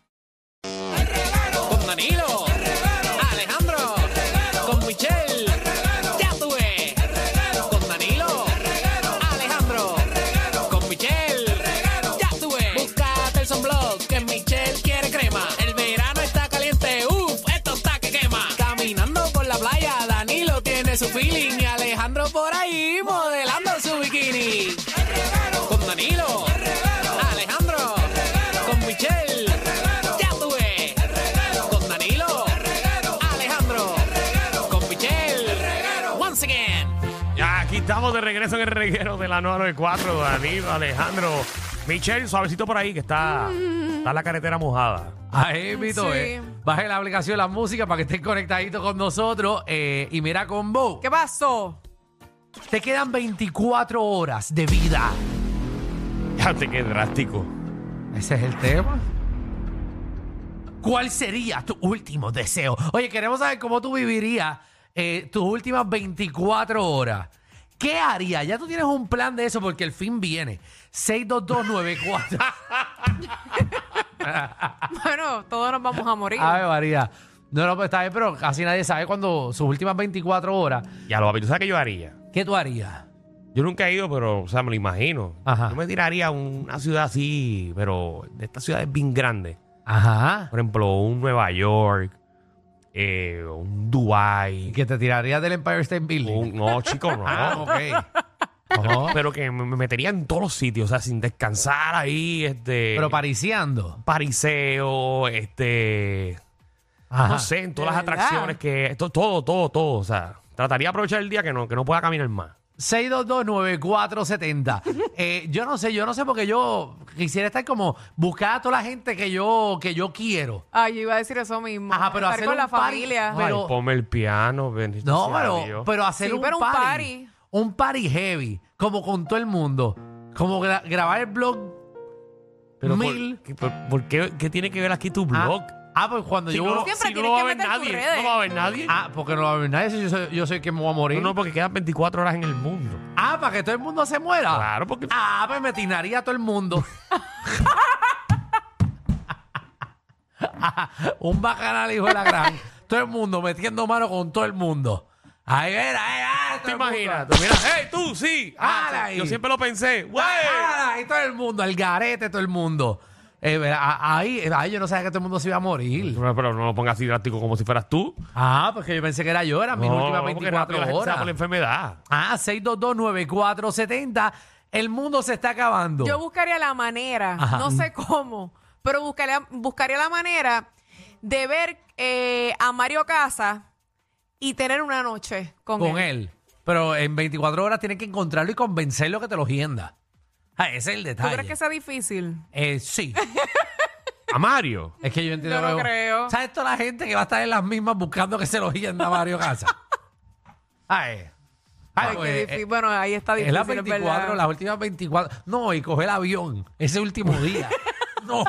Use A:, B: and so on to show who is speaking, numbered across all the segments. A: con Danilo, Alejandro, con Michelle, ya tuve, con Danilo, Alejandro, con Michelle, ya tuve. Búscate el sunblock que Michelle quiere crema. El verano está caliente, uff, esto está que quema. Caminando por la playa, Danilo tiene su feeling y Alejandro por ahí modelando su bikini. Con Danilo. Alejandro, con Michelle, ya tuve, con Danilo, Alejandro, con Michelle, once again.
B: Ya, aquí estamos de regreso en el reguero de la 994, Danilo, Alejandro, Michelle, suavecito por ahí que está, está la carretera mojada.
C: Ahí, Vito,
D: Sí.
C: eh. Baje la aplicación La Música para que estén conectaditos con nosotros. eh, y mira, Combo,
D: ¿Qué pasó?
C: te quedan 24 horas de vida.
B: Ya te qué drástico.
C: Ese es el tema. ¿Cuál sería tu último deseo? Oye, queremos saber cómo tú vivirías eh, tus últimas 24 horas. ¿Qué harías? Ya tú tienes un plan de eso porque el fin viene. 62294.
D: Bueno, todos nos vamos a morir.
C: Ave María. No, no, pues está bien, pero casi nadie sabe cuando sus últimas 24 horas.
B: Ya lo papi, ¿tú sabes qué yo haría?
C: ¿Qué tú harías?
B: Yo nunca he ido, pero, o sea, me lo imagino.
C: Ajá.
B: Yo me tiraría a una ciudad así, pero esta ciudad es bien grande.
C: Ajá.
B: Por ejemplo, un Nueva York, eh, un Dubai.
C: Que te tirarías del Empire State Building.
B: un- no, chico, no.
C: Ah, ok. Ajá.
B: Pero que me me metería en todos los sitios, o sea, sin descansar ahí, este...
C: Pero pariciando.
B: pariseo, este...
C: Ajá.
B: no sé, en todas
D: ¿de
B: las
D: verdad?
B: atracciones que. to- todo, todo, todo. O sea, trataría de aprovechar el día que no, que no pueda caminar más.
C: 6229470. Eh, yo no sé, yo no sé porque yo quisiera estar como buscar a toda la gente que yo que yo quiero.
D: Ay, Ah, yo iba a decir eso mismo.
C: Ajá, pero
D: Estar
C: hacer
D: con
C: un
D: la
C: party.
D: familia.
C: Ay, Pero-
B: Ay, ponme el piano, bendito
C: No,
B: sea
C: pero,
B: Dios.
C: pero hacer
D: Sí,
C: un,
D: pero un
C: party,
D: party.
C: Un party heavy, como con todo el mundo. Como gra- grabar el blog.
B: Pero por-
C: mil.
B: ¿qué- por, por qué, qué tiene que ver aquí tu
C: Ah,
B: blog?
C: Ah, pues cuando
B: Si
C: yo.
B: no,
D: Siempre
B: si no
D: tienes
B: lo va
D: que
B: a ver
D: meter tus
B: nadie.
D: redes.
B: No lo va a ver nadie.
C: Ah, porque no va a haber nadie. si Yo soy, yo soy que me voy a morir.
B: no, no, porque quedan 24 horas en el mundo.
C: Ah, para que todo el mundo se muera.
B: Claro, porque.
C: Ah, pues me tinaría a todo el mundo. Un bacanal hijo de la gran. Todo el mundo metiendo mano con todo el mundo. Ahí era, ahí era.
B: ¿Te imaginas? Tú, Mira, hey, tú, sí. Ah,
C: Ala
B: sí,
C: ahí.
B: yo siempre lo pensé. ¡Wey!
C: Ahí todo el mundo, el garete, todo el mundo. Eh, verá, a- ahí, ahí yo no sabía que todo el mundo se iba a morir.
B: Pero, pero no lo pongas así drástico como si fueras tú.
C: Ah, porque yo pensé que era yo, eran mis
B: no,
C: últimas
B: porque rápido
C: 24
B: la gente se va
C: horas.
B: por la enfermedad.
C: Ah, 6229470. El mundo se está acabando.
D: Yo buscaría la manera,
C: Ajá.
D: no sé cómo, pero buscaría, buscaría la manera de ver eh, a Mario Casa y tener una noche con,
C: con él. Pero en 24 horas tienes que encontrarlo y convencerlo que te lo hienda. Ah, ese es el
D: ¿Tú
C: detalle.
D: crees que sea difícil?
C: Eh, sí.
B: A Mario.
C: Es que yo entiendo.
D: Yo no
C: que-
D: creo.
C: ¿Sabes toda la gente que va a estar en las mismas buscando que se lo hienda a Mario Casa? Ay. Ay,
D: Ay, qué
C: pues,
D: difícil.
C: eh,
D: bueno, ahí está difícil.
C: es las
D: verdad.
C: 24, las últimas 24. No, y coge el avión ese último día. no.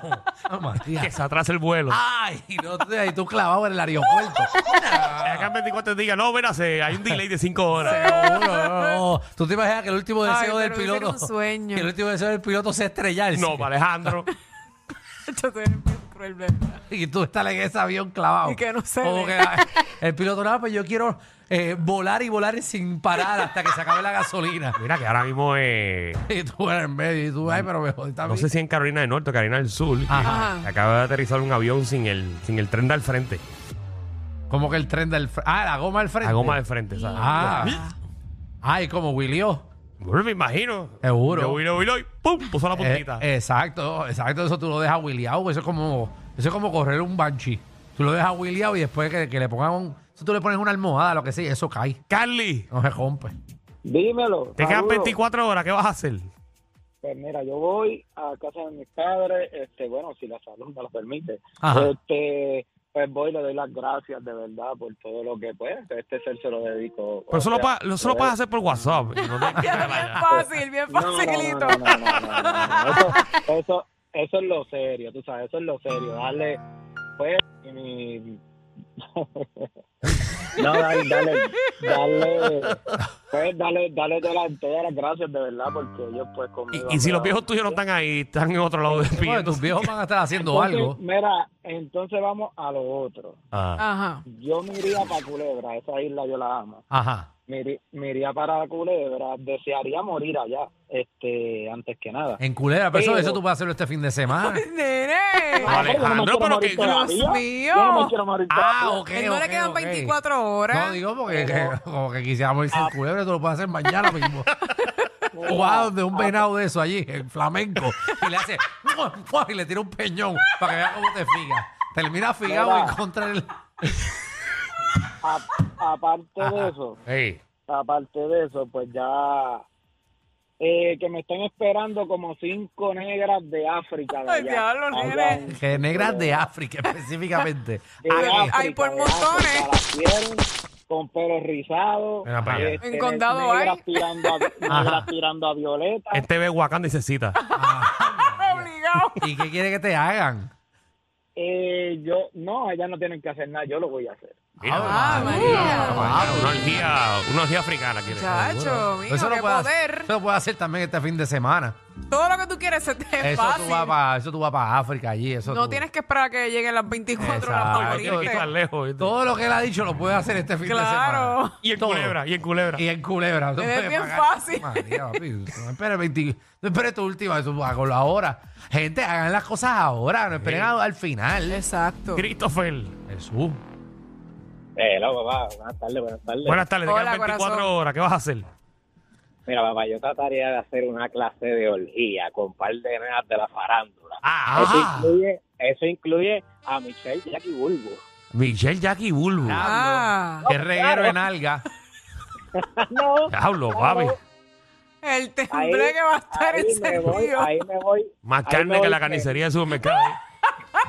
C: Ah, Matías.
B: Que se atrasa el vuelo.
C: Ay, no, tú, ahí tú clavado en el aeropuerto.
B: Ah. Acá en 24 días, no, mira, se- hay un delay de 5 horas.
C: Seguro, no. Tú te imaginas que el último
D: Ay,
C: deseo del
D: pero ese era
C: piloto.
D: un sueño.
C: que el último deseo del piloto sea estrellarse.
B: No, para Alejandro.
D: Yo soy muy cruel, ¿verdad?
C: Y tú estás en ese avión clavado.
D: Y que no se
C: Como
D: ve.
C: que- ah, El piloto nada, pues yo quiero eh, volar y volar sin parar hasta que se acabe la gasolina.
B: Mira que ahora mismo eh,
C: Y tú eres en medio y tú, ay, pero me jodiste a mí.
B: no sé si en Carolina del Norte o Carolina del Sur que-
C: Ajá.
B: que acaba de aterrizar un avión sin el sin el tren de al frente,
C: Como que el tren del... fre- Ah, la goma del frente.
B: la goma de frente, ¿sabes?
C: Ah. Ay, como Willio.
B: Bueno, me imagino.
C: Seguro.
B: Yo huilo, huilo y pum, puso la
C: Eh,
B: puntita.
C: exacto, exacto. Eso tú lo dejas wheeleado. Eso es como, eso es como correr un banshee. Tú lo dejas wheeleado y después que, que le pongan un. Eso tú le pones una almohada, lo que sea, y eso cae.
B: Carly,
C: No se rompe.
E: Dímelo.
B: te quedan
E: saludos.
B: 24 horas, ¿qué vas a hacer?
E: Pues mira, yo voy a casa de mis padres, este, bueno, si la salud me lo permite.
C: Ajá.
E: Este, pues voy y le doy las gracias de verdad por todo lo que pues este ser se lo dedico.
B: Pero
E: O
B: eso lo,
E: sea,
B: pa- lo- eso lo
E: eh,
B: puedes hacer por WhatsApp. y no te-
D: Bien fácil, bien
E: no, no, no,
D: facilito.
E: no, no, no, no, no, no. Eso, eso, eso es lo serio, tú sabes, eso es lo serio. Darle, pues, y mi- no, dale, dale, dale, pues, dale, dale todas las- todas las gracias de verdad porque ellos pues conmigo.
B: Y, y si los
E: fueron-
B: viejos tuyos no están ahí, están en otro lado
C: Sí, porque
B: despidiendo.
C: tus viejos van a estar haciendo
E: Entonces,
C: algo.
E: Mira, entonces vamos a lo otro.
B: Ah.
D: Ajá.
E: Yo me iría para Culebra, esa isla yo la amo.
C: Ajá.
E: Me, iri- me iría para Culebra, desearía morir allá, este, antes que nada.
C: En culera, pero eso,
B: Eh.
E: Pero-
C: eso tú puedes hacerlo este fin de semana.
D: Nene.
E: Ah, pero yo no me
B: Alejandro,
E: quiero
B: pero
E: morir
B: que-
E: todavía.
D: Dios mío.
E: Yo no me quiero morir
C: Ah,
E: todavía.
C: ok.
D: Él no
C: ok,
D: le quedan
C: ok.
D: 24
C: No,
D: horas.
C: digo
B: Eh.
C: porque que- como que quisiéramos
B: Ah.
C: irse en culebra, tú lo puedes hacer mañana mismo.
B: Oh.
C: O a donde un venado de eso allí, en flamenco, y le hace ¡mua, mua! y le tira un peñón para que vea cómo te figa. Termina figado
E: Mira.
C: en contra del.
E: A- aparte de eso,
B: Ey.
E: aparte de eso, pues ya... eh, que me estén esperando como cinco negras de África. de
D: Ay,
E: allá.
D: diablo,
E: Allá
D: nene.
E: en-
C: Que negras de África específicamente.
E: de
D: Ay,
E: África,
D: ay, por
E: Ah, de
D: montones.
E: África, las quieren con pelos rizados.
B: Mira para allá.
E: este,
D: En condado
E: negras
D: hay.
E: Tirando a,
C: Ajá.
E: negras tirando a violeta.
B: Este ve Wakanda y se cita.
D: Obligado.
C: ¿Y qué quiere que te hagan?
E: Eh, yo, no, ellas no tienen que hacer nada, yo lo voy a hacer.
D: Ah, María.
B: una orgía, una orgía africana quiere.
D: Chacho, mijo,
C: Eso lo,
D: qué
C: puede hacer,
D: poder.
C: eso lo puede hacer también este fin de semana.
D: Todo lo que tú quieres se te es
C: Eso tú,
D: fácil.
C: vas para, eso tú vas para África allí. Eso
D: No
C: tú-
D: tienes que esperar a que lleguen las 24 horas
C: Exacto.
D: para
B: No tiene que estar
D: morirte.
B: lejos. ¿viste?
C: Todo lo que él ha dicho lo puede hacer este fin de semana.
D: Claro.
B: Y en
C: Todo.
B: culebra, y en culebra.
C: Y en culebra. tú
D: Es
C: puedes
D: bien
C: pagar-
D: fácil.
C: María, papi, no esperes 20 no esperes tu última, eso hágalo ahora. Gente, hagan las cosas ahora, no esperen a- al final.
D: Exacto.
B: Christopher.
C: Jesús.
E: Eh, no, papá, buenas tardes, buenas tardes.
B: Buenas tardes, te
D: Hola,
B: quedan 24
D: corazón.
B: horas. ¿Qué vas a hacer?
E: Mira, papá, yo trataría de hacer una clase de orgía con par de nenas de la farándula. Eso,
B: Ah,
E: incluye, eso incluye a Michelle Jackie Bulbo.
B: Michelle Jackie Bulbo.
D: Ah,
C: Qué reguero en alga.
E: No,
B: Diablo, papi.
D: el
E: ahí,
D: temble que va a estar
E: ahí me voy,
D: encendido.
E: ahí me voy.
B: Más
E: ahí me
B: carne que
E: voy
B: la carnicería de supermercado. ¿eh?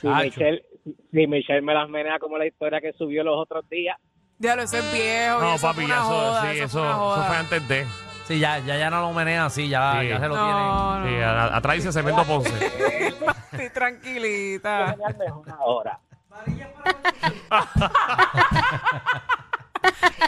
E: Si
C: Muchacho.
E: Michelle, si Michelle me las menea como la historia que subió los otros días.
D: Ya lo sé, viejo.
B: No,
D: eso fue
B: papi,
D: una
B: ya eso,
D: joda,
B: sí, eso,
D: fue una
B: eso
D: joda.
B: fue antes de.
C: Sí, ya, ya, ya no lo menea así, ya,
B: Sí.
C: ya se lo tiene.
D: No,
B: Sí,
D: no.
B: a- a- atrás dice Cemento Ponce.
D: Estoy tranquilita.
E: Dame una hora.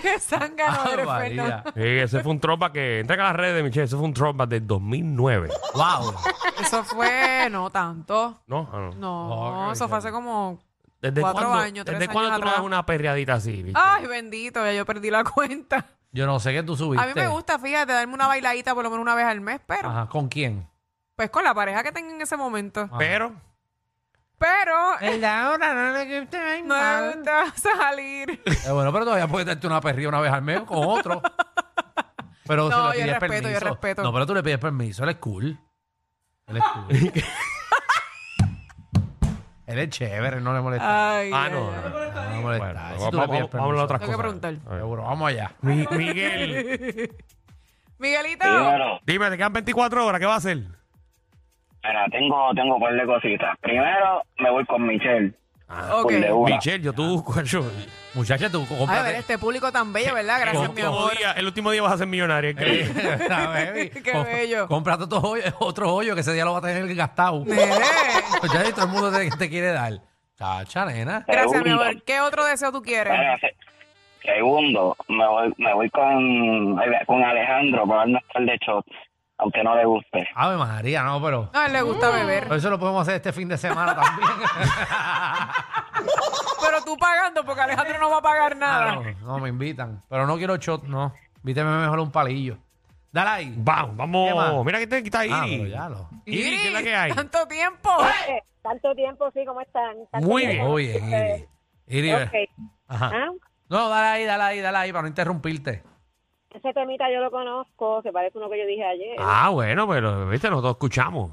D: Qué
C: Ah,
D: zángano eres,
C: María.
D: Fernando.
B: Sí, ese fue un tromba que. Entrega las redes de Michelle. Ese fue un tromba del 2009.
C: Wow.
D: Eso fue, no tanto.
B: ¿No? Ah, no.
D: No,
C: Ok,
D: eso fue hace como.
B: ¿Desde
D: Cuatro
B: cuándo,
D: años, tres
B: ¿desde cuándo tú
D: años
B: no das
D: atrás.
B: una perreadita así, Michelle?
D: Ay, bendito, ya yo perdí la cuenta.
C: Yo no sé qué tú subiste.
D: A mí me gusta, fíjate, darme una bailadita por lo menos una vez al mes, pero
C: Ajá, ¿con quién?
D: pues con la pareja que tenga en ese momento.
B: Pero.
D: Pero eh,
C: El de ahora no le este gusta
D: no me gusta salir.
C: Eh, Bueno, pero todavía puedes darte una perrilla una vez al mes con otro. Pero
D: No,
C: se le
D: yo
C: pides
D: respeto, yo
C: permiso.
D: respeto.
C: No, pero tú le pides permiso, él es cool. Él es cool. él es chévere, no le molesta.
D: Ay,
B: Ah,
D: ay,
B: no. no.
D: ay.
C: no le
B: Bueno,
C: molesta. Si
B: vamos,
C: tú le pides
B: vamos- vamos a hablar
C: permiso.
B: otras
D: Tengo que
B: cosas.
D: preguntar.
C: Seguro, vamos allá.
B: Mi- Miguel,
D: Miguelito,
B: dime, te quedan 24 horas, ¿qué vas a hacer?
E: Mira, tengo, tengo un par de cositas. Primero, me voy con Michelle.
D: ok.
E: Por de una.
B: Michelle, yo tú, coño,
C: Muchacha, tú co-
D: Ay, a ver,
C: cómprate.
D: este público tan bello, ¿verdad?
B: el
D: Gracias, mi
B: último,
D: amor.
B: día, el último día vas a ser millonario. ¿qué?
C: La baby.
D: Qué
C: Com-
D: bello.
C: Cómprate otro hoyo, otro hoyo que ese día lo va a tener gastado.
D: Nene.
C: Ya todo el mundo te, te quiere dar. Chacha, nena.
D: Gracias, mi
E: Segundo.
D: amor. ¿Qué otro deseo tú quieres?
E: Mira, se- segundo, me voy, me voy con, con Alejandro para darnos par de shots, aunque no le guste.
C: Ave María, no, pero.
D: Mm. No, a él le gusta beber.
C: Pero eso lo podemos hacer este fin de semana también.
D: pero tú pagando porque Alejandro no va a pagar nada.
C: No, no, me invitan. Pero no quiero shot, no. Invíteme mejor un palillo. Dale ahí.
B: Vamos,
C: ¿Qué más?
B: vamos. Mira que te quita ahí.
C: Ah, pero ya lo.
B: Iri, ¿qué es la que hay?
D: Tanto tiempo.
F: Eh, Tanto tiempo, sí, ¿cómo están? Tanto
B: Muy
F: tiempo.
C: Muy bien, Iri.
F: Eh,
C: Iri,
F: ok.
C: ajá.
F: Ah,
C: No, dale ahí, dale ahí, dale ahí para no interrumpirte.
F: Ese temita yo lo conozco, se parece a uno que yo dije ayer.
B: Ah, bueno, pero viste, nosotros escuchamos.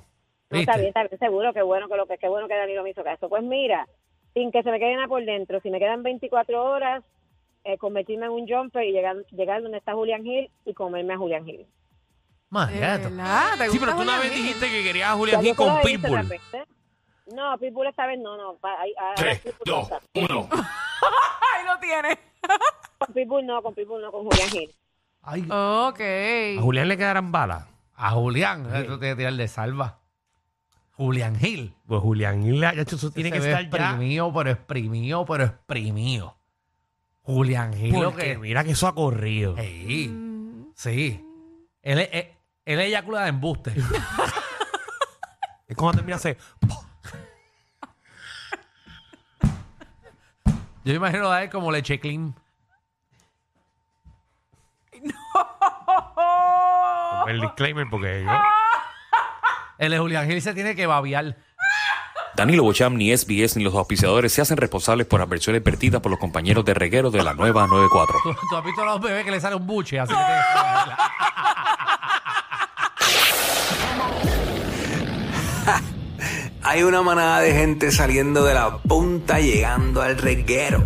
F: No, está
C: ¿viste?
F: bien, está bien, seguro, qué bueno que, lo que, qué bueno que Danilo me hizo caso. Pues mira, sin que se me quede nada por dentro, si me quedan 24 horas, eh, convertirme en un jumper y llegar, llegar donde está Julián Gil y comerme a Julián Gil.
D: De
C: Mariato.
D: verdad, ¿te
B: Sí,
D: gusta
B: pero tú una
D: Julián
B: vez
D: Gil?
B: dijiste que querías a
F: Ya,
B: Julián
F: yo
B: Gil con
F: creo que hice
B: Pitbull.
F: otra vez, ¿eh? No, Pitbull esta vez no, no. pa- ahí- ahora Pitbull no está.
D: Ahí lo tiene.
F: Con Pitbull no, con Pitbull no, con Julián Gil.
C: Ay,
B: A
D: Ok.
B: Julián le quedarán balas.
C: a Julián, eso te tirar de salva. Julián Gil.
B: Pues Julián Gil, ya, hecho, eso tiene
C: Se
B: que
C: ve
B: estar ya.
C: exprimido, pero exprimido, pero exprimido. Julián Gil, lo
B: Porque
C: que.
B: mira que eso ha corrido.
C: Sí, sí. Él, es- él, él eyacula de embuste.
B: Es cuando termina hace.
C: Yo imagino a él como leche clean.
B: El disclaimer, porque yo.
C: El de Julián Gil se tiene que babiar.
G: Danilo Bocham, ni SBS, ni los auspiciadores se hacen responsables por adversiones vertidas por los compañeros de reguero de la nueva 94.
C: ¿Tú, tú has visto a los bebés que le sale un buche, así que tienes que babiarla.
H: Hay una manada de gente saliendo de la punta llegando al reguero.